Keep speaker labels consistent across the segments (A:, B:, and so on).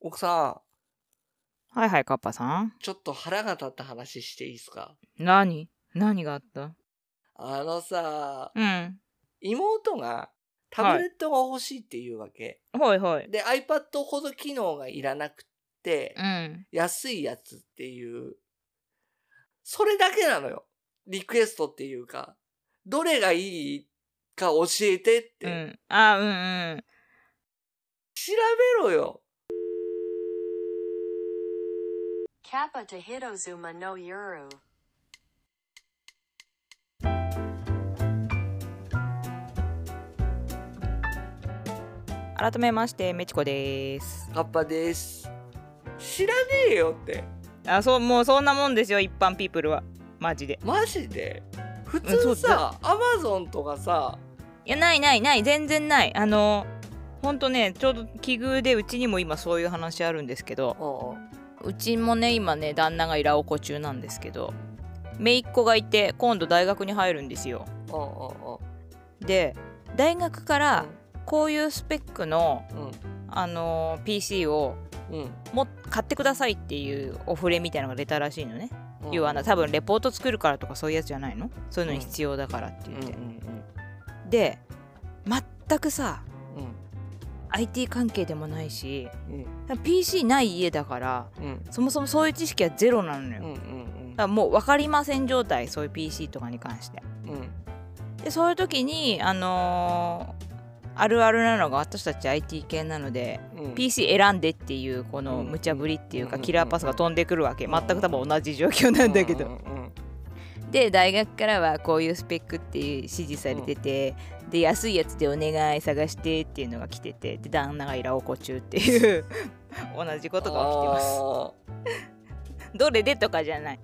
A: 僕さ
B: はいはい、カッパさん。
A: ちょっと腹が立った話していいですか
B: 何何があった
A: あのさ
B: うん。
A: 妹がタブレットが欲しいっていうわけ、
B: はいはい。
A: で iPad ほど機能がいらなくって、
B: うん。
A: 安いやつっていうそれだけなのよリクエストっていうかどれがいいか教えてって、
B: うん。あ、うんうん。
A: 調べろよ
C: Kappa to Hitozuma no Yuru.
B: 改めまして、メチコです。
A: カッパです知らねえよって
B: あ、そう、もうそんなもんですよ、一般ピープルは。マジで。
A: マジで普
B: うんそ
A: 通
B: う
A: さアマゾンとかさ
B: いや、ないないない、全然ない。あの、ほんとね、ちょうど奇遇で、うちにも今そういう話あるんですけど、
A: うんうん
B: うちもね、今ね、旦那がイラオコ中なんですけど、姪っ子がいて、今度大学に入るんですよ。
A: うんうん
B: で、大学から、こういうスペックの、
A: うん
B: あの PC を
A: うんうん
B: も買ってくださいっていうお触れみたいなのが出たらしいのね、
A: うん
B: 要はな多分レポート作るからとかそういうやつじゃないのそういうのに必要だからって
A: うん
B: 言
A: う
B: っ
A: ん
B: て、で全くさ
A: うん
B: IT 関係でもないし
A: うん
B: PC ない家だから
A: うん
B: そもそもそういう知識はゼロなのよ、
A: うんう
B: だか
A: ん
B: らもう分かりません状態そういう PC とかに関して
A: うんうん
B: でそういう時にあのーあるあるなのが私たち IT 系なので
A: うん
B: PC 選んでっていうこの
A: うん
B: 無茶ぶりっていうか
A: うん
B: キラーパスが飛んでくるわけ
A: うん
B: 全く多分同じ状況なんだけ
A: うん
B: ど。
A: うん
B: で大学からはこういうスペックっていう指示されててで安いやつでお願い探してっていうのが来ててで旦那がイラオコ中っていう 同じことが起きてます。どれでとかじゃない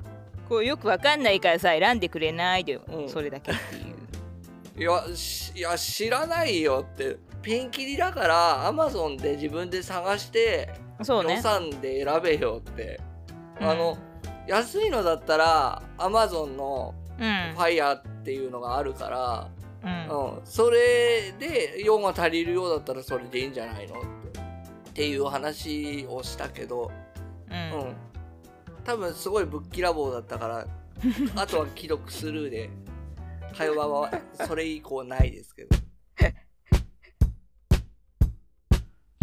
B: こうよくわかんないからさ選んでくれないでよ、
A: うん
B: それだけっていう。
A: いやしいや知らないよってピンキリだからアマゾンで自分で探して
B: そう
A: 予
B: ね
A: 算で選べよって、
B: うん
A: あの安いのだったらアマゾンの
B: うん
A: ファイヤーっていうのがあるから、
B: うん
A: うんそれで用が足りるようだったらそれでいいんじゃないのってっていう話をしたけど、
B: うん
A: うん、多分すごいぶっきらぼうだったから あとは既読スルーで会話はそれ以降ないです けど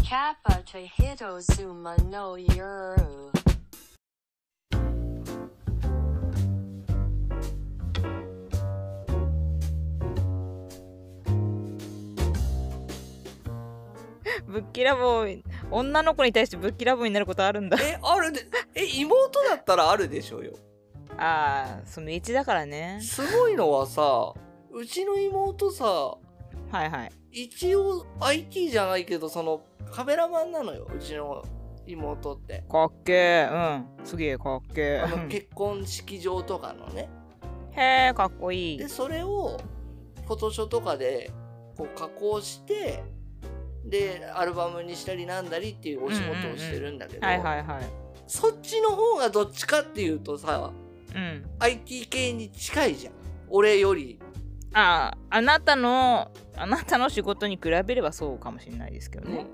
C: Kappa to Hitozuma no Yuru.
B: ぶっきらぼう女の子に対してぶっきらぼうになることあるんだ
A: えあるでえ妹だったらあるでしょうよ
B: ああその一だからね
A: すごいのはさうちの妹さ
B: はいはい
A: 一応 IT じゃないけどそのカメラマンなのようちの妹って
B: かっけえうんすげえかっけえ
A: あ
B: う
A: の
B: ん
A: 結婚式場とかのね
B: へえかっこいい
A: でそれをフォトショーとかでこう加工してでアルバムにしたりなんだりっていうお仕事をしてるんだけど、
B: はいはいはい
A: そっちの方がどっちかっていうとさ
B: うん
A: IT 系に近いじゃん俺より
B: あああなたのあなたの仕事に比べればそうかもしれないですけどね、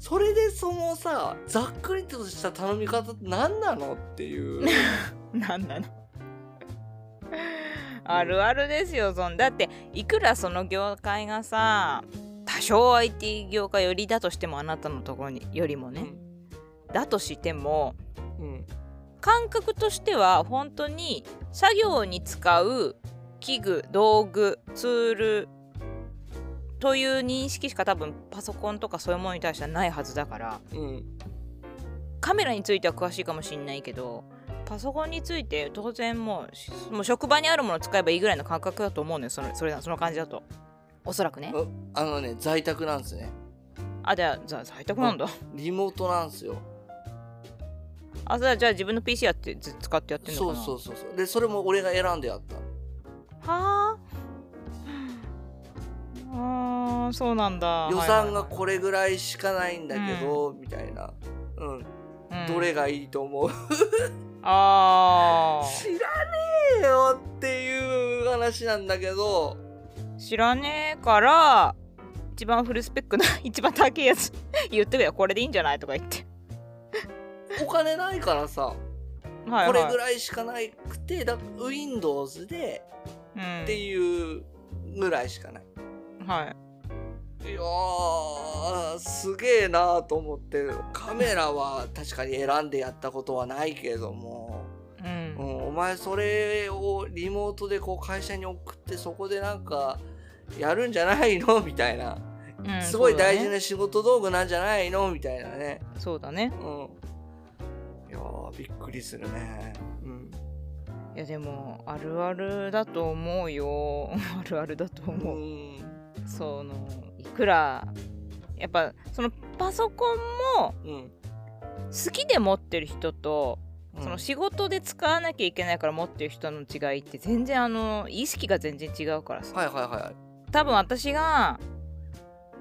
A: それでそのさざっくりとした頼み方って何なのっていう
B: なんだな あるあるですよそんだっていくらその業界がさ多少 IT 業界寄りだとしてもあなたのところによりもね、だとしても
A: うん
B: 感覚としては本当に作業に使う器具道具ツールという認識しか多分パソコンとかそういうものに対してはないはずだから
A: うん
B: カメラについては詳しいかもしんないけどパソコンについて当然もうしもう職場にあるものを使えばいいぐらいの感覚だと思うのよそのそれその感じだとおそらくね
A: うあのね在宅なんですね
B: あじゃあじゃあ在宅なんだ
A: リモートなんですよ
B: あじゃあじゃあ自分の PC やってず使ってやってんの
A: そ
B: かな
A: うそうそうそうでそれも俺が選んでやった
B: はあ。あーそうなんだ。
A: 予算
B: は
A: が
B: いはい
A: これぐらいしかないんだけど、みたいな、うん、
B: はい
A: どれがいいと思う
B: うんあ
A: 知らねえよっていう話なんだけど
B: ー知らねえから一番フルスペックな 一番高いやつ 言ってくれよこれでいいんじゃないとか言って
A: お金ないからさ、
B: はい、はい、
A: これぐらいしかなくてだ Windows で
B: うん
A: っていうぐらいしかない。
B: はい
A: いやーすげえなーと思ってカメラは確かに選んでやったことはないけども、
B: う、
A: うんん、お前それをリモートでこう会社に送ってそこでなんかやるんじゃないのみたいな
B: うん
A: すごい大事
B: そうだね
A: な仕事道具なんじゃないのみたいなね、
B: そうだね
A: うん、いやーびっくりするね、うん、
B: いやでもあるあるだと思うよ あるあるだと
A: う
B: 思う、
A: ん
B: そのいくらやっぱそのパソコンも
A: うん
B: 好きで持ってる人とその
A: う
B: 仕事で使わなきゃいけないから持ってる人の違いって全然あの意識が全然違うから
A: ん
B: さ
A: はいはいはい
B: 多分私が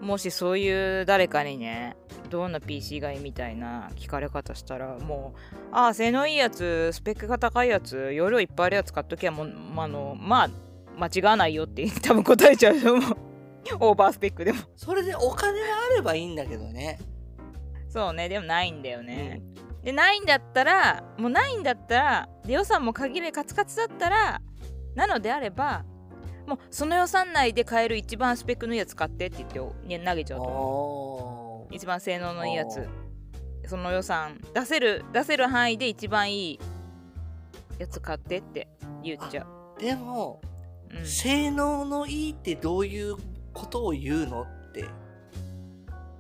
B: もしそういう誰かにねどんな PC がいいみたいな聞かれ方したらもうああ性能いいやつスペックが高いやつ容量いっぱいあるやつ買っときゃもう、まああのまあ間違わないよって多分答えちゃうと思う オーバースペックでも
A: それでお金があればいいんだけどね
B: そうねでもないんだよね、でないんだったらもうないんだったらで予算も限りカツカツだったらなのであればもうその予算内で買える一番スペックのいいやつ買ってって言っておね投げち
A: あ
B: ゃ
A: あ
B: うと思う
A: ー
B: 一番性能のいいや
A: あ
B: つその予算出せる出せる範囲で一番いいやつ買ってって言っちゃう、
A: でも、
B: うん
A: 性能のいいってどういうことを言うのって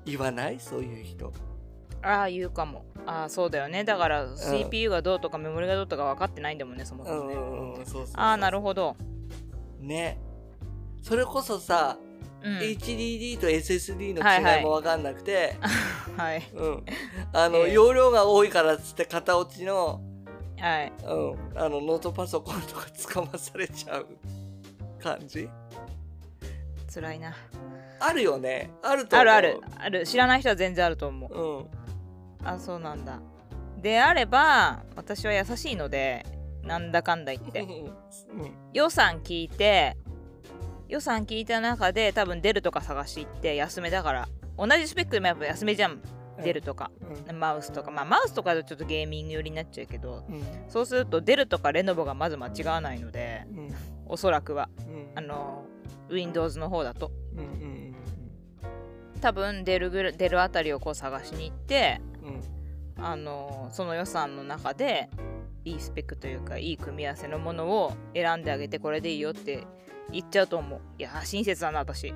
A: 言わないそういう人
B: ああ言うかもああそうだよねだから CPU がどうとかメモリがどうとか分かってないんだもんねそもそもね、
A: うんそうそうそう
B: ああなるほど、
A: ねそれこそさ、
B: うん
A: HDD と SSD
B: は
A: の違
B: い
A: い
B: はい
A: も分かんなく て、
B: はい
A: うん、あの、
B: ええ
A: 容量が多いからっつって型落ちの,、
B: はい
A: うん、あのノートパソコンとかつかまされちゃう感じ
B: 辛いな
A: あるよねあると思う
B: あるあるある知らない人は全然あると思う
A: うん
B: あそうなんだであれば私は優しいのでなんだかんだ言っ
A: う
B: て
A: ん
B: 予算聞いて予算聞いた中で多分出るとか探していって安めだから同じスペックでもやっぱ安めじゃん出るとか
A: うん
B: マウスとかまあマウスとかだとちょっとゲーミング寄りになっちゃうけど
A: うん
B: そうすると出るとかレノボがまず間違わないので
A: うんうん
B: おそらくは
A: うん
B: あの Windows の方だと
A: うんうん
B: 多分出るぐら出るあたりをこう探しに行って
A: うんうん
B: あのその予算の中でいいスペックというかいい組み合わせのものを選んであげてこれでいいよって言っちゃうと思ういやー親切だな私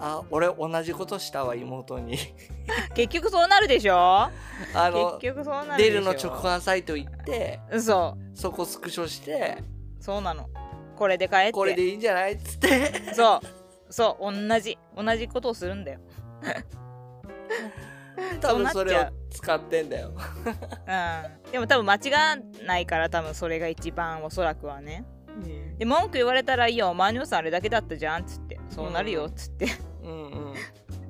A: あ俺同じことしたわ妹 に
B: 結局そうなるでしょ
A: あ
B: 結
A: の
B: 局そうなる
A: デ
B: でしょ
A: ルの直販サイト行って
B: そ
A: そこスクショして
B: うそうなのこれで買えって
A: これでいいんじゃないっつって
B: そうそう同じ同じことをするんだよ
A: 多
B: そうな
A: 分
B: っち
A: それを
B: ゃう
A: 使ってんだよ
B: うんでも多分間違わないから多分それが一番おそらくはね
A: うん
B: で文句言われたら「いやお前の予算あれだけだったじゃん」っつって「そうなるよ」っつって、
A: うんうん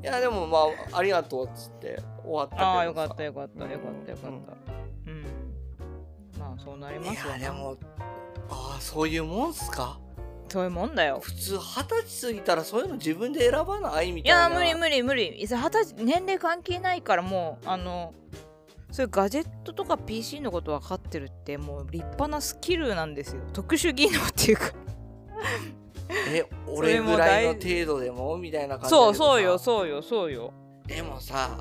A: いやでもまあありがとうっつって終わったけどさ
B: ああよかったよかったよかったよかったうん、まあそうなりま
A: い
B: すわ
A: や
B: ね
A: でもああそういうもんっすか
B: そういうもんだよ
A: 普通二十歳過ぎたらそういうの自分で選ばないみ
B: い
A: たいな
B: や無理無理無理いざ二十歳年齢関係ないからもうあのそういうガジェットとか PC のこと分かってるってもう立派なスキルなんですよ特殊技能っていうか
A: え俺ぐらいの程度でもみたいな感じだけ
B: そ
A: ど
B: う
A: さ
B: そうよそうよそうよ
A: でもさ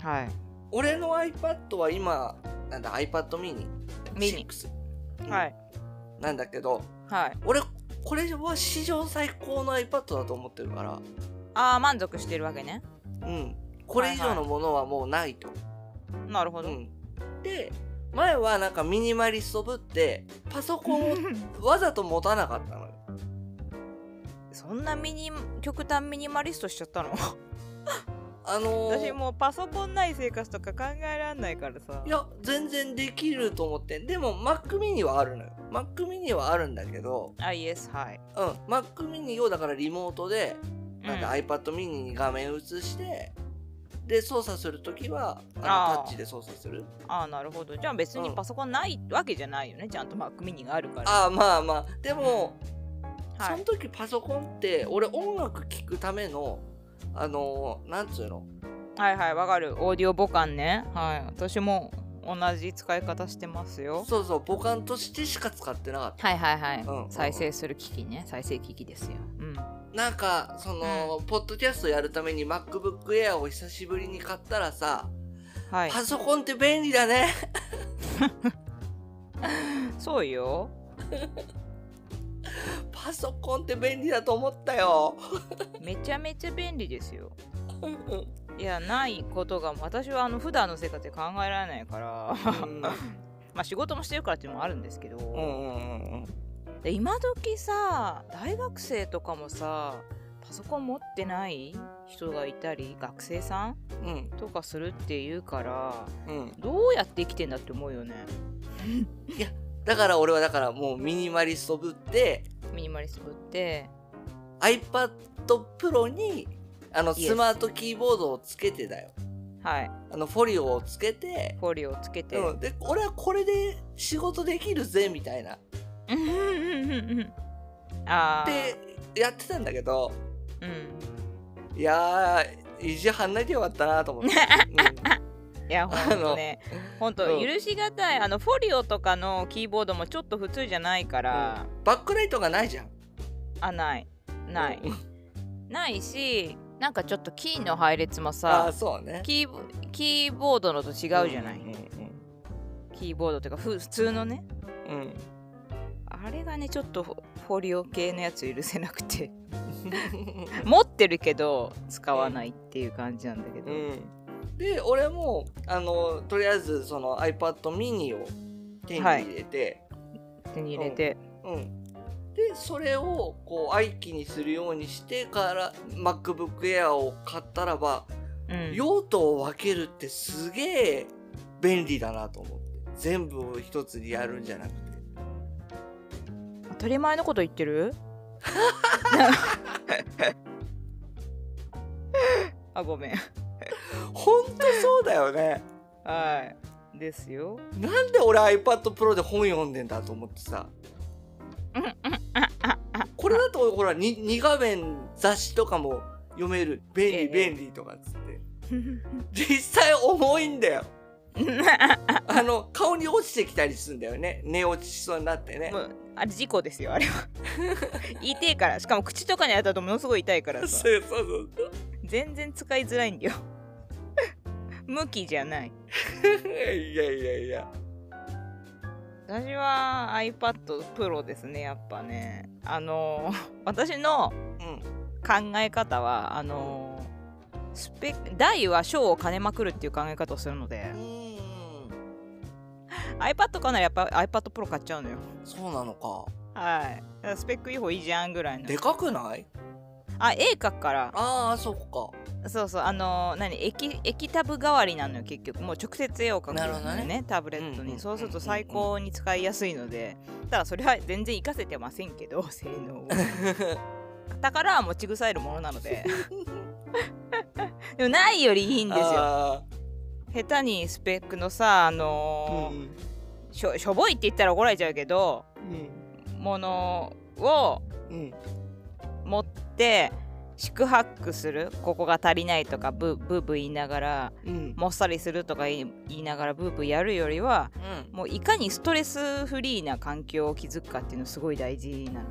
B: はい
A: 俺の iPad は今なんだ iPad mini
B: ミニ
A: 6
B: はい
A: なんだけど
B: はい
A: 俺これは史上最高の iPad だと思ってるから
B: ああ満足してるわけね
A: うんこれ以上のものはもうないと、
B: なるほど、
A: うん、で前はなんかミニマリストぶってパソコ ンをわざと持たなかったのよ
B: そんなミニ極端ミニマリストしちゃったの
A: あのー
B: 私もうパソコンない生活とか考えらんないからさ
A: いや全然できると思ってでも Mac mini はあるのよ Mac mini はあるんだけど
B: あイエスはい
A: うん Mac mini をだからリモートでなんか
B: うん
A: iPad mini に画面映して、で操作するときはあの
B: あー
A: タッチで操作する
B: ああなるほどじゃあ別に
A: うん
B: パソコンないわけじゃないよねちゃんと Mac mini があるから
A: ああまあまあでも、
B: は
A: その
B: い
A: 時パソコンって俺音楽聴くためのあのーなんつうの
B: はいはいわかるオーディオボカンねはい私も同じ使い方してますよ
A: そうそう母艦としてしか使ってなかった
B: はいはいはい、
A: うんうん
B: 再生する機器ね再生機器ですよ、うん、
A: なんかその、ポッドキャストやるために MacBook Air を久しぶりに買ったらさ、
B: はい
A: パソコンって便利だね
B: そうよ
A: パソコンって便利だと思ったよ
B: めちゃめちゃ便利ですよ
A: うんうん
B: いやないことが私はあの普段の生活で考えられないから まあ仕事もしてるからっていうのもあるんですけど、
A: うんうん
B: で今時さ大学生とかもさパソコン持ってない人がいたり学生さん
A: うん
B: とかするっていうから
A: うん
B: どうやって生きてんだって思うよね
A: だから俺はだからもうミニマリストぶって
B: ミニマリストって
A: iPad Pro にあの
B: Yes
A: スマートキーボードをつけてだよ
B: はい
A: あのフォリオをつけて、
B: フォリオをつけて、
A: うん、で俺はこれで仕事できるぜみたいな
B: うんうんうんうんああ
A: でやってたんだけど
B: うん
A: いやー意地張んなきゃよかったなと思 って、
B: いやほんとねほんと
A: うん
B: 許しがたいあのフォリオとかのキーボードもちょっと普通じゃないから、
A: うんバックライトがないじゃん
B: あないない、ないしなんかちょっとキーの配列も
A: ああ
B: さ
A: ーそうね
B: キーボキーボードのと違うじゃない、
A: うん
B: キーボードっていうかふ普通のね
A: うんうん
B: あれがねちょっとフフォリオ系のやつ許せなく て
A: う
B: 持ってるけど使わないっていう感じなんだけど、
A: んうんで俺もあのとりあえずその iPad mini を手に入れて、
B: 手に入れて、
A: うんでそれをこう愛機にするようにしてから MacBook Air を買ったらば
B: うん
A: 用途を分けるってすげえ便利だなと思って全部を一つにやるんじゃなくて
B: 当たり前のこと言ってる あごめん
A: ほんとそうだよね
B: はいですよ
A: なんで俺 iPad Pro で本読んでんだと思ってさ
B: うんうんあああ
A: これだとほら 2, 画面雑誌とかも読める便
B: え
A: 利
B: え
A: 便利とかっつって実際重いんだ よあの顔に落ちてきたりするんだよね寝落ちしそうになってね
B: もうあれ事故ですよあれ は痛いからしかも口とかに当たるとものすごい痛いから さ
A: そうそうそう
B: 全然使いづらいんだよ 向きじゃない
A: いやいやいや
B: 私は iPad Pro ですねやっぱねあの私の
A: うん
B: 考え方はあのスペ大は小を兼ねまくるっていう考え方をするので
A: うーん
B: iPad かならやっぱ iPad Pro 買っちゃうのよ
A: そうなのか
B: はいだからスペックいい方いいじゃんぐらいの
A: でかくない
B: あ絵描くから
A: ああそっか
B: そうそうあのー何液液タブ代わりなのよ結局もう直接絵を描くの
A: なる
B: よ
A: ほど
B: ね
A: ね
B: タブレット
A: うんうんうんう
B: に
A: ん
B: そうすると最高に使いやすいのでただそれは全然活かせてません けど性能をだからは持ち腐えるものなので でもないよりいいんですよ
A: あ
B: 下手にスペックのさあ
A: ー
B: の
A: う
B: ー
A: ん
B: しょしょぼいって言ったら怒られちゃうけどものを
A: うん
B: 持って宿泊するここが足りないとかブーブーブー言いながら
A: うん
B: もっさりするとか言い言いながらブーブーやるよりは
A: うん
B: もういかにストレスフリーな環境を築くかっていうのすごい大事なのね。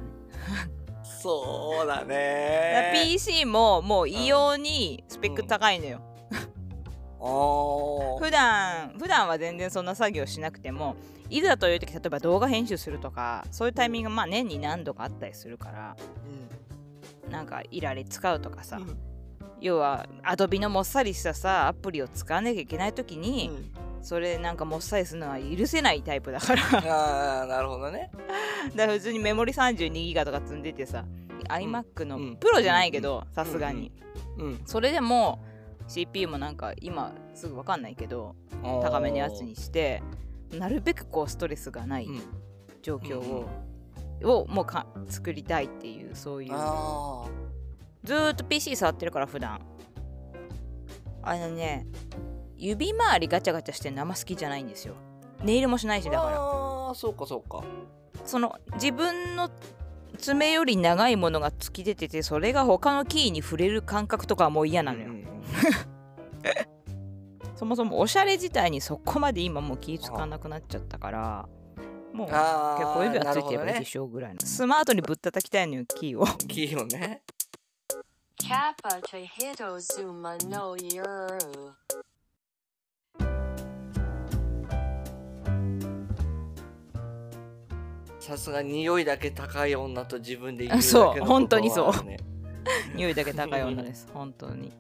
A: そうだ
B: だから
A: ね
B: PC ももう異様にスペック高いのよ。
A: あー
B: 普段普段は全然そんな作業しなくてもいざという時例えば動画編集するとかそういうタイミングがまあ年に何度かあったりするからなんかいられ使うとかさ、
A: うん
B: 要はアドビのもっさりしたさアプリを使わなきゃいけない時
A: う
B: に、
A: ん
B: それなんかもっさりするのは許せないタイプだから
A: あーなるほどね
B: だから普通にメモリ32ギガとか積んでてさ iMac
A: う
B: の
A: ん
B: プロじゃないけどさすがに
A: うん
B: それでも CPU もなんか今すぐ分かんないけど高
A: 高
B: めのやつにしてなるべくこうストレスがない状況ををもうか作りたいっていうそういう
A: あー
B: ずーっと PC 触ってるから普段あのね指周りガチャガチャしてるのあんま好きじゃないんですよネイルもしないしだから
A: あーそうかそうか
B: その自分の爪より長いものが突き出ててそれが他のキーに触れる感覚とかはもう嫌なのよ、
A: うん
B: そもそもおしゃれ自体にそこまで今もう気使わなくなっちゃったからもう結
A: あー
B: 構指はついてればいいでしょうぐらいの、スマートにぶったたきたいのよキーを
A: キーをね
C: Kappa to Hitozuma no Yuru.
A: さすが匂いだけ高い女と自分で言う
B: あ
A: だけ
B: そう
A: の
B: 本当に
A: ことはあるね
B: 匂いだけ高い女です本当に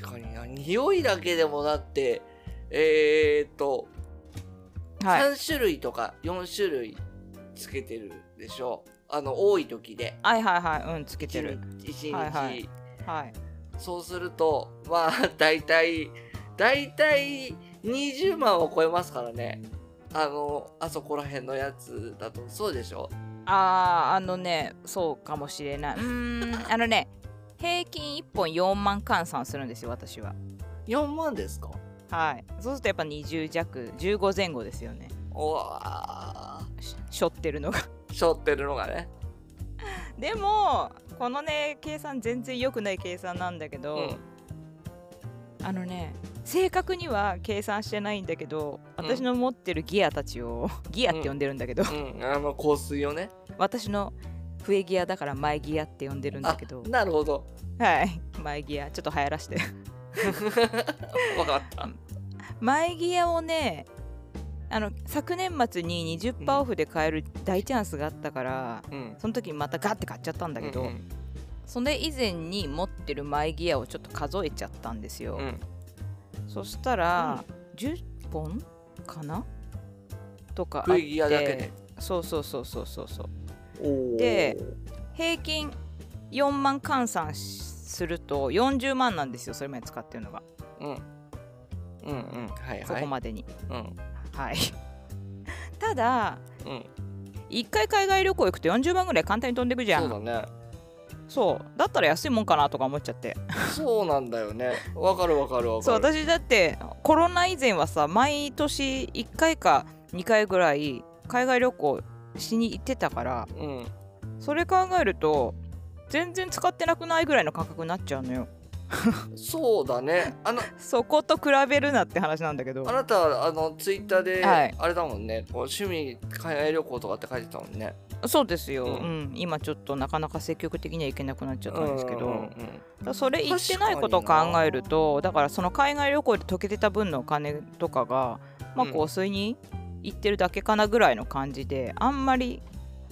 A: 確かにな匂いだけでもだってえー、っと、
B: はい
A: 3種類とか4種類つけてるでしょあの多い時で
B: はいはいはいうんつけて
A: 1
B: る
A: 日一日、
B: はいはいはい
A: そうするとまあ 大体大体20万を超えますからねあのあそこら辺のやつだとそうでしょ
B: あーあのねそうかもしれないうーんあのね平均1本4万換算するんですよ私は
A: 4万ですか
B: はいそうするとやっぱ20弱15前後ですよね
A: おわ
B: ししょってるのが
A: ーしょってるのがね
B: でもこのね計算全然良くない計算なんだけ
A: う
B: ど、
A: ん
B: あのね正確には計算してないんだけど
A: うん
B: 私の持ってるギアたちを ギアって呼んでるんだけど、
A: うんあの香水をね
B: 私の笛ギアだから前ギアって呼んでるんだ
A: あ
B: けど
A: なるほど
B: はい前ギアちょっと流行らして
A: わかった
B: 前ギアをねあの昨年末に20%オフで買える大チャンスがあったから、
A: うん
B: その時にまたガッて買っちゃったんだけど、
A: うん
B: それ以前に持ってる前ギアをちょっと数えちゃったんですよ、
A: うん
B: そしたら、10本かなとかあって
A: 古着屋だけで
B: そうそうそうそうそうそう
A: おー
B: で平均4万換算しすると40万なんですよそれまで使ってるのが、
A: うんうんうんはいはい
B: そこまでに
A: うん
B: はい ただ
A: うん
B: 一回海外旅行行くと40万ぐらい簡単に飛んでくじゃん
A: そうだね
B: そうだったら安いもんかなとか思っちゃって
A: そうなんだよねわかるわかるわかる
B: そう私だってコロナ以前はさ毎年1回か2回ぐらい海外旅行しに行ってたから
A: うん
B: それ考えると全然使ってなくないぐらいの感覚になっちゃうのよ
A: そうだねあの
B: そこと比べるなって話なんだけど
A: あなたはあのツイッターで、
B: はい
A: あれだもんねこう趣味海外旅行とかって書いてたもんね
B: そうですよ、
A: う
B: うんん今ちょっとなかなか積極的には行けなくなっちゃったんですけど、
A: うんうん
B: だからそれ言ってないことを考えるとだからその海外旅行で溶けてた分のお金とかがまあ
A: うん
B: 香水に行ってるだけかなぐらいの感じであんまり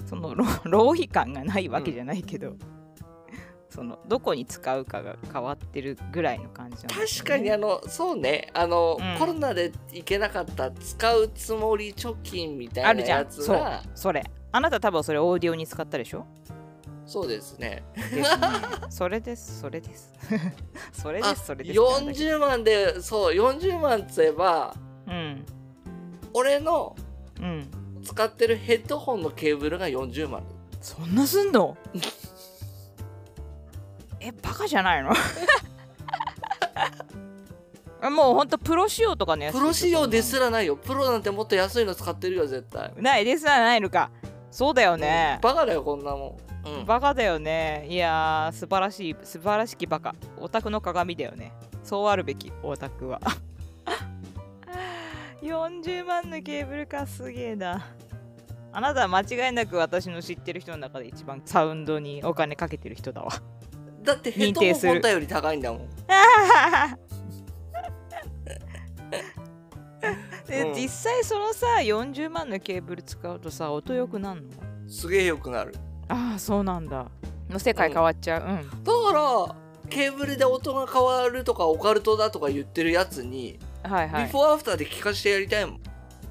B: そのろ 浪費感がないわけじゃないけど、 そのどこに使うかが変わってるぐらいの感じなんです
A: 確
B: よね
A: かにあのそうねあの、
B: うん
A: コロナで行けなかった使うつもり貯金みた
B: あ
A: いな
B: るじゃ
A: や
B: ん
A: つ
B: そ
A: が
B: うそれあなた多分それオーディオに使ったでしょ
A: そうですね
B: ですねそれですそれです それ
A: あ
B: ですそれですってなんだけど
A: 40万でそう40万つえば
B: うん
A: 俺の
B: うん
A: 使ってるヘッドホンのケーブルが40万
B: そんなすんの えバカじゃないの もうほんとプロ仕様とかのやつ
A: プロ仕様です
B: よ
A: らないよプロなんてもっと安いの使ってるよ絶対
B: ないですらないのかそうだよね、
A: バカだよこんなもん、うん、
B: バカだよねいやー素晴らしい素晴らしきバカオタクの鏡だよねそうあるべきオタクは 40万のケーブルかすげえなあなたは間違いなく私の知ってる人の中で一番サウンドにお金かけてる人だわ
A: だってヘッドホン本体より高いんだもん
B: で、
A: うん
B: 実際そのさ40万のケーブル使うとさ音良くなんの
A: すげえ良くなる
B: ああそうなんだの世界変わっちゃううん、
A: だからケーブルで音が変わるとかオカルトだとか言ってるやつに、
B: はいは
A: ビ
B: い
A: フォーアフターで聞かしてやりたいもん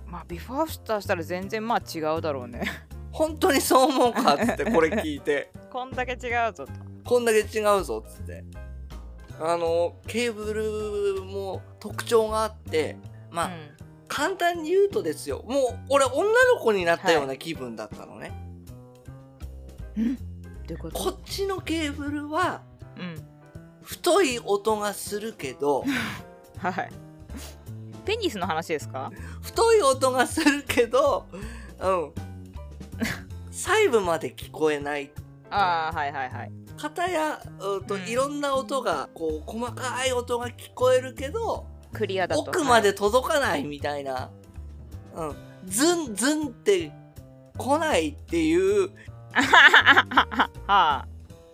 B: まあビフォーアフターしたら全然まあ違うだろうね
A: 本当にそう思うかっつってこれ聞いて
B: こんだけ違うぞと
A: こんだけ違うぞっつってあのケーブルも特徴があってまあ、
B: う
A: 簡単に言うとですよもう俺女の子になったような気分だったのね、
B: ん、うん、どういうこと
A: こっちのケーブルは
B: うん
A: 太い音がするけど
B: はいペニスの話ですか
A: 太い音がするけどうん細部まで聞こえない
B: ああはいはいはい
A: 方やうんと、
B: うん
A: いろんな音がこう細かい音が聞こえるけど
B: クリアだと
A: 奥まで届かないみたいな、うん、ズンズンって来ないっていう
B: はいはあ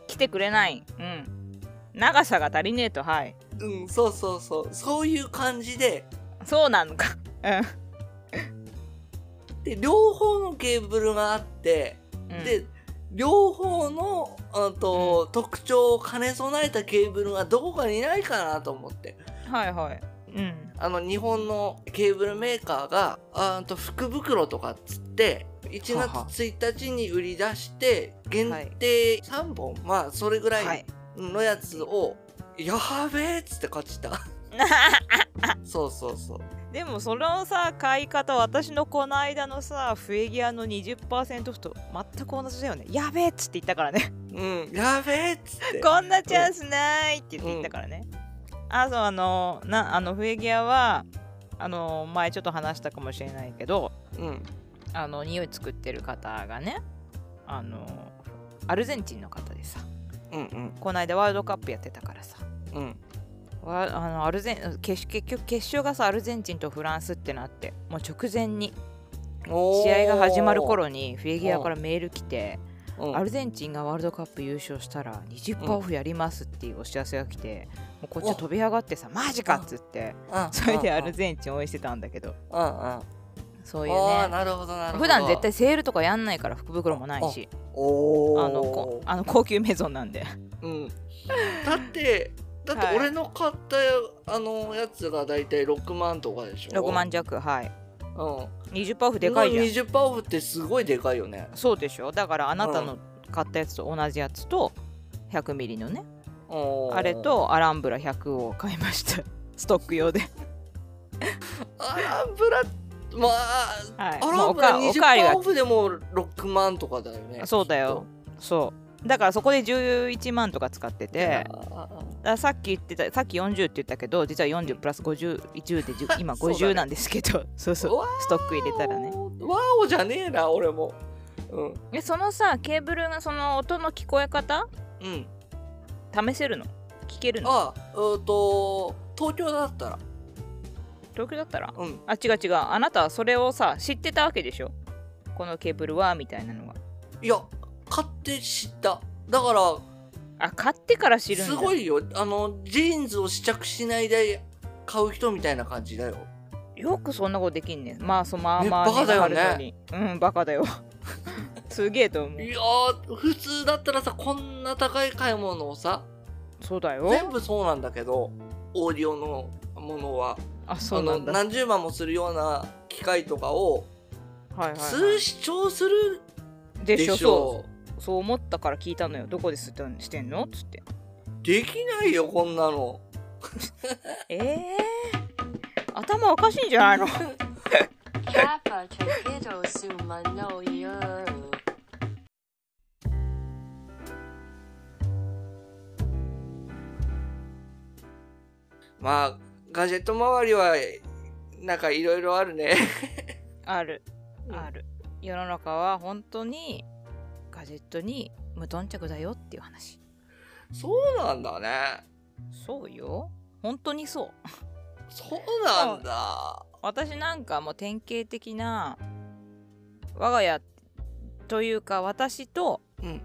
B: 来てくれないうん長さが足りねえとはい
A: うん、そうそうそうそういう感じで
B: そうなのか
A: で両方のケーブルがあって、
B: うんうん
A: で両方のあと、特徴を兼ね備えたケーブルがどこかにないかなと思って
B: はいはいうん
A: あの日本のケーブルメーカーがあと福袋とかっつって1
B: はは
A: 月1日に売り出して限
B: はい
A: 定3本、まあそれぐら
B: はい
A: いのやつを「やべえ!」っつって買っちゃった そうそうそう
B: でもそのさ買い方私のこの間のさフエギアの20%オフと全く同じだよねやべえっつって言ったからね
A: うんやべえっつって
B: こんなチャンスないって言って言ったからね、あそうあのなあのフエギアはあの前ちょっと話したかもしれないけど
A: うん
B: あの匂い作ってる方がねあのアルゼンチンの方でさ
A: うん
B: この間ワールドカップやってたからさ
A: うんうん
B: わあのアルゼン決結局決勝がさアルゼンチンとフランスってなってもう直前に試合が始まる頃にフィギュアからメール来て
A: おー、うん
B: アルゼンチンがワールドカップ優勝したら20%オフやりますっていうお知らせが来てもうこっちは飛び上がってさマジかっつって
A: うん
B: それでアル
A: ゼ
B: ゼンチン応援してたんだけど
A: うんうん
B: そういう
A: ああ
B: ね
A: なるほどなるほど
B: 普段絶対セールとかやんないから福袋もないしあ
A: おー
B: のこあの高級メゾンなんで
A: うん、だってだって
B: はい
A: 俺の買った、あのやつがだいたい6万とかでしょ
B: 6万弱はい
A: うん
B: 20%オフでかいじゃん
A: 20%オフってすごいでかいよね
B: そうでしょだからあなた
A: う
B: の買ったやつと同じやつと100ミリのね
A: おー
B: あれとアランブラ100を買いました ストック用で、
A: アランブラまあ
B: はい、
A: ア
B: まあ
A: ラ
B: お
A: ンブラ
B: かおかわり
A: 20%
B: が
A: オフでも6万とかだよね
B: そうだよそうだからそこで11万とか使って
A: きっと
B: て
A: あー
B: だからさっき言ってたさっき40って言ったけど実は40プラス5010で10今
A: そうだね
B: 50なんですけど そうそう
A: うわ
B: ストック入れたらね
A: わおじゃねえな俺もうん
B: えそのさケーブルのその音の聞こえ方
A: うん
B: 試せるの聞けるの
A: あうーと東京だったら
B: 東京だったら
A: うん
B: あ違う違うあなたはそれをさ知ってたわけでしょこのケーブルはみたいなのが
A: いや買って知っただから
B: あ買ってから知るんだ
A: すごいよあのジーンズを試着しないで買う人みたいな感じだよ
B: よくそんなことできんねまあそまあ
A: ね
B: まあ、
A: バカだよね
B: 値が張るのにうんバカだよ すげえと思う
A: いやー普通だったらさこんな高い買い物をさ
B: そうだよ
A: 全部そうなんだけどオーディオのものは
B: あそうなんだ
A: あの何十万もするような機械とかを
B: はいはい、は
A: 数視聴する
B: い、
A: で
B: でしょ
A: しょう
B: そうそう思ったから聞いたのよどこですってしてんのっつって
A: できないよこんなの
B: ええー、頭おかしいんじゃ ないの
C: Kappa to Hirozuma no Yuru.
A: まあガジェット周りはなんかいろいろあるね
B: あるある世の中は本当にガジェットに無頓着だよっていう話
A: そうなんだね
B: そうよ本当にそう
A: そうなんだ
B: 私なんかもう典型的な我が家というか私と
A: うん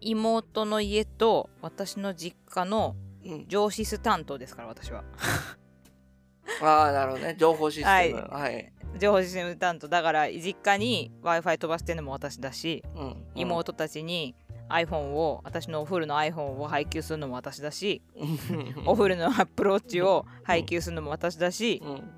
B: 妹の家と私の実家の
A: うん
B: 上司室担当ですから私は
A: ああ、なるほどね。情報システム。はい。
B: 上司室担当だから実家に w i f i 飛ばしてるのも私だし、
A: うん、
B: 妹たちに iPhone を私のお古の iPhone を配給するのも私だし、
A: うん。
B: お古の AppleWatch を配給するのも私だし、
A: うん。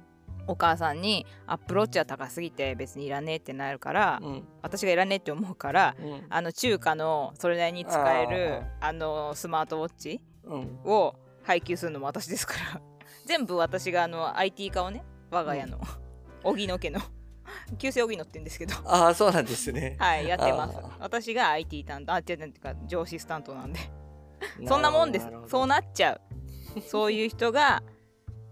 B: お母さんに AppleWatch は高すぎて別にいらねえってなるから、
A: うん。
B: 私がいらねえって思うから
A: うん。
B: あの中華のそれなりに使えるあのスマートウォッチ
A: うん。
B: を配給するのも私ですから 全部私があの IT 化をね我が家の荻野家の旧姓荻野って言うんですけど
A: ああ、そうなんですね。
B: はいやってます
A: あー
B: 私が IT 担当あ違うなんていうか上司スタン トなんでそんなもんですそうなっちゃうそういう人が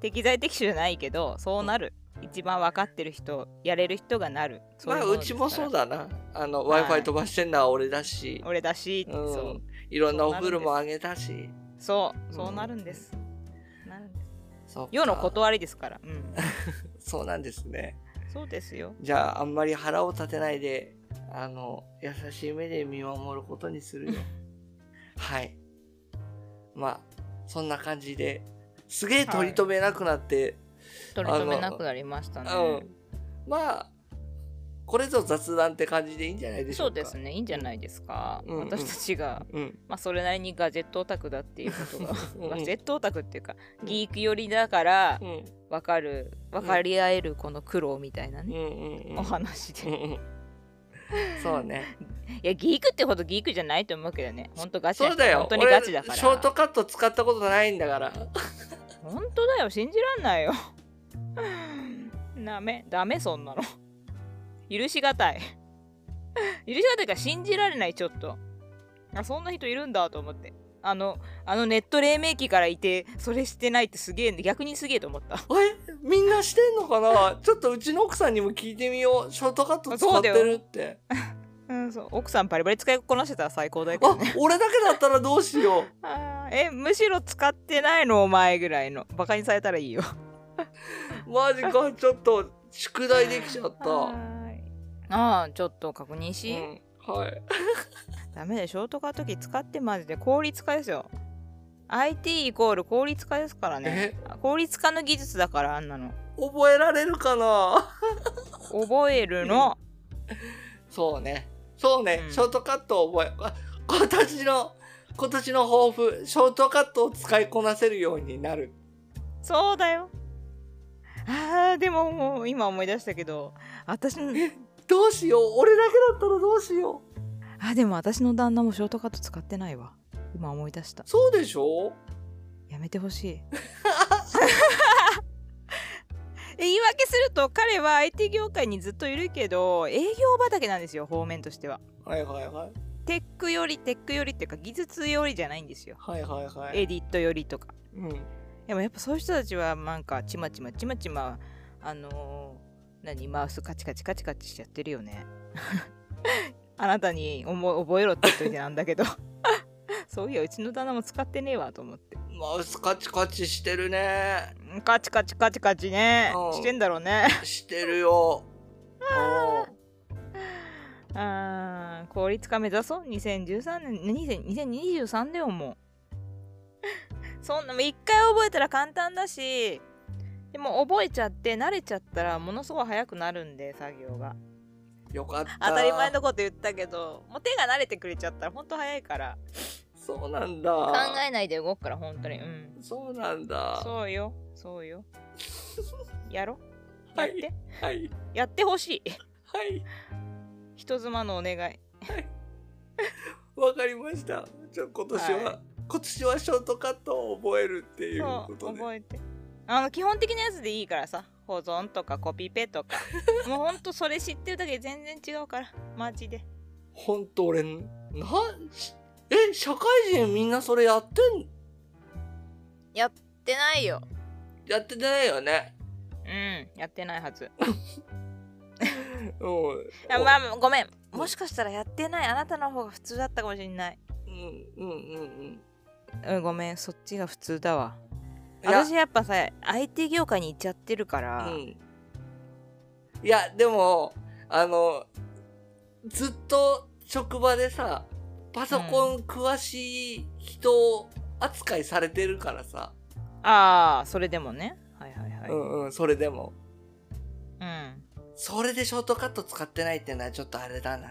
B: 適材適所じゃないけどそうなる一番分かってる人やれる人がなるそ
A: ま
B: い
A: あ
B: もの
A: う
B: です
A: ち
B: から
A: もそうだなあの w i
B: はい
A: f i 飛ばしてんのは俺だし、
B: 俺だしって、
A: うん
B: そう
A: いろんなお風呂もあげたし
B: そう
A: うん
B: そうなるんです、なるんです
A: そっか
B: 世の断りですから、うん、
A: そうなんですね
B: そうですよ
A: じゃああんまり腹を立てないであの優しい目で見守ることにするよ はいまあそんな感じですげえ取り留めなくなって、
B: 取り留めなくなりましたね、
A: うんまあこれぞ雑談って感じでいいんじゃないでしょ
B: そうう
A: か
B: ですねいいんじゃないですか、
A: うんうん
B: 私たちが、
A: うん
B: まあ、それなりにガジェットオタクだっていうことが
A: うん
B: ガジェットオタクっていうかギーク寄りだから
A: うん
B: 分かる分かり合えるこの苦労みたいな
A: うん
B: ね、
A: うんうん
B: お話で
A: うんうんそうね
B: いやギークってほどギークじゃないと思うけどねほんとガチな
A: そう
B: 人
A: だよ
B: 本当にガチだから
A: 俺ショートカット使ったことないんだから
B: 本当だよ信じらんないよ ダメダメそんなの許しがたい許しがたいから信じられないちょっとあそんな人いるんだと思ってあのあのネット黎明期からいてそれしてないってすげえ逆にすげえと思った
A: えみんなしてんのかなちょっとうちの奥さんにも聞いてみようショートカット使ってるって
B: うんそう奥さんバリバリ使いこなしてたら最高だけど
A: あ
B: ね
A: 俺だけだったらどうしよう
B: あーえむしろ使ってないのお前ぐらいのバカにされたらいいよ
A: マジかちょっと宿題できちゃった、
B: は
A: う
B: ーいあーちょっと確認し、
A: ん、はい
B: ダメだよショートカット機使ってマジで効率化ですよ IT イコール効率化ですからね
A: え
B: 効率化の技術だからあんなの
A: 覚えられるかな
B: 覚えるの
A: そうねそうね、
B: うん
A: ショートカットを覚えあ今年の今年の抱負ショートカットを使いこなせるようになる
B: そうだよあーでももう今思い出したけど私の
A: どうしよう俺だけだったらどうしよう
B: あでも私の旦那もショートカット使ってないわ今思い出した
A: そうでしょ
B: やめてほしい言い訳すると彼は IT 業界にずっといるけど営業畑なんですよ方面としては
A: はいはいはい
B: テックよりテックよりっていうか技術よりじゃないんですよ
A: はいはいはい
B: エディットよりとか
A: うん
B: でもやっぱそういう人たちはなんかちまちまちまちまあのー何マウスカチカチカチカチしちゃってるよね あなたに思い覚えろって言っといてなんだけど そういやうちの旦那も使ってねえわと思って
A: マウスカチカチしてるね
B: うんカチカチカチカチね
A: うん
B: してんだろうね
A: してるよ
B: あー効率化目指そう2013年2000 2023だよもう そんなもう一回覚えたら簡単だしでも覚えちゃって慣れちゃったらものすごい早くなるんで作業が
A: うんよかった
B: 当たり前のこと言ったけどもう手が慣れてくれちゃったらほんと早いから
A: そうなんだ
B: 考えないで動くからほんとにうん
A: そうなんだ
B: そうよそ うよやろや
A: は
B: っ
A: い
B: て
A: はい
B: やってほしい
A: はい
B: 人妻のお願い
A: わかりましたじゃあ今年は、
B: はい
A: 今年はショートカットを覚えるっていう
B: そ
A: こと
B: う
A: で
B: 覚えてあの基本的なやつでいいからさ保存とかコピペ とかもうほんとそれ知ってるだけで全然違うからマジで
A: ほんと俺なしえ社会人みんなそれやってん
B: やってないよ
A: やってないよね
B: うんやってないはず
A: うん
B: あまあまあごめんもしかしたらやってないあなたの方が普通だったかもしれない
A: うんうんうんうん
B: うんごめんそっちが普通だわ
A: いや
B: 私やっぱさ IT 業界に行っちゃってるから、
A: うん、いやでもあのずっと職場でさパソコン詳しい人扱いされてるからさ、
B: ああそれでもねはいはいはい、
A: う
B: うん
A: んうんそれでもそれでショートカット使ってないっていうのはちょっとあれだな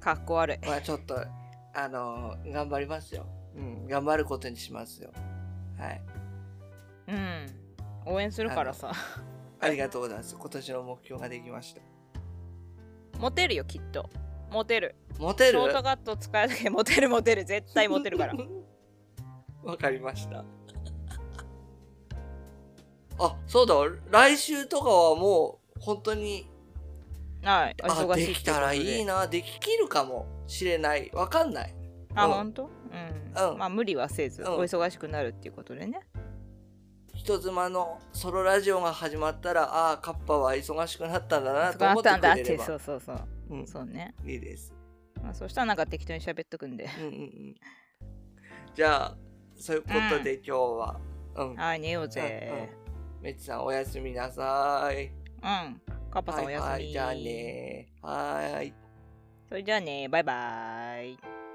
B: かっこ悪い
A: まあちょっとあの頑張りますよ、うん、頑張ることにしますよはい
B: うん応援するからさ
A: ありがとうございます今年の目標ができました
B: モテるよきっとモテる
A: モテ
B: シ
A: る
B: ョートカット使えるだけモテるモテる絶対モ テるから
A: わかりましたあそうだ来週とかはもう本当に
B: はいお
A: あ
B: 忙しい
A: できたらいい
B: な
A: なでききるかもしれないわかんない
B: あ
A: うん
B: 本当うん、
A: うん
B: まあ無理はせず、
A: うん
B: お忙しくなるっていうことでね
A: 一人妻のソロラジオが始まったらああカッパは忙しくなったんだな
B: そ
A: と
B: こあ
A: 思
B: っ
A: って
B: たんだっ
A: くれれ
B: て
A: ば
B: そうそうそう
A: うん
B: そうね、
A: いいです、
B: まあ、そしたらなんか適当に喋っとくんで
A: うんうんうん、じゃあそういうことで今日は、うん
B: はい寝ようぜ
A: めっちさんおやすみなさい
B: うんカッパさんおやすみ、
A: はいはいじゃあねはーい
B: それじゃあねバイバイ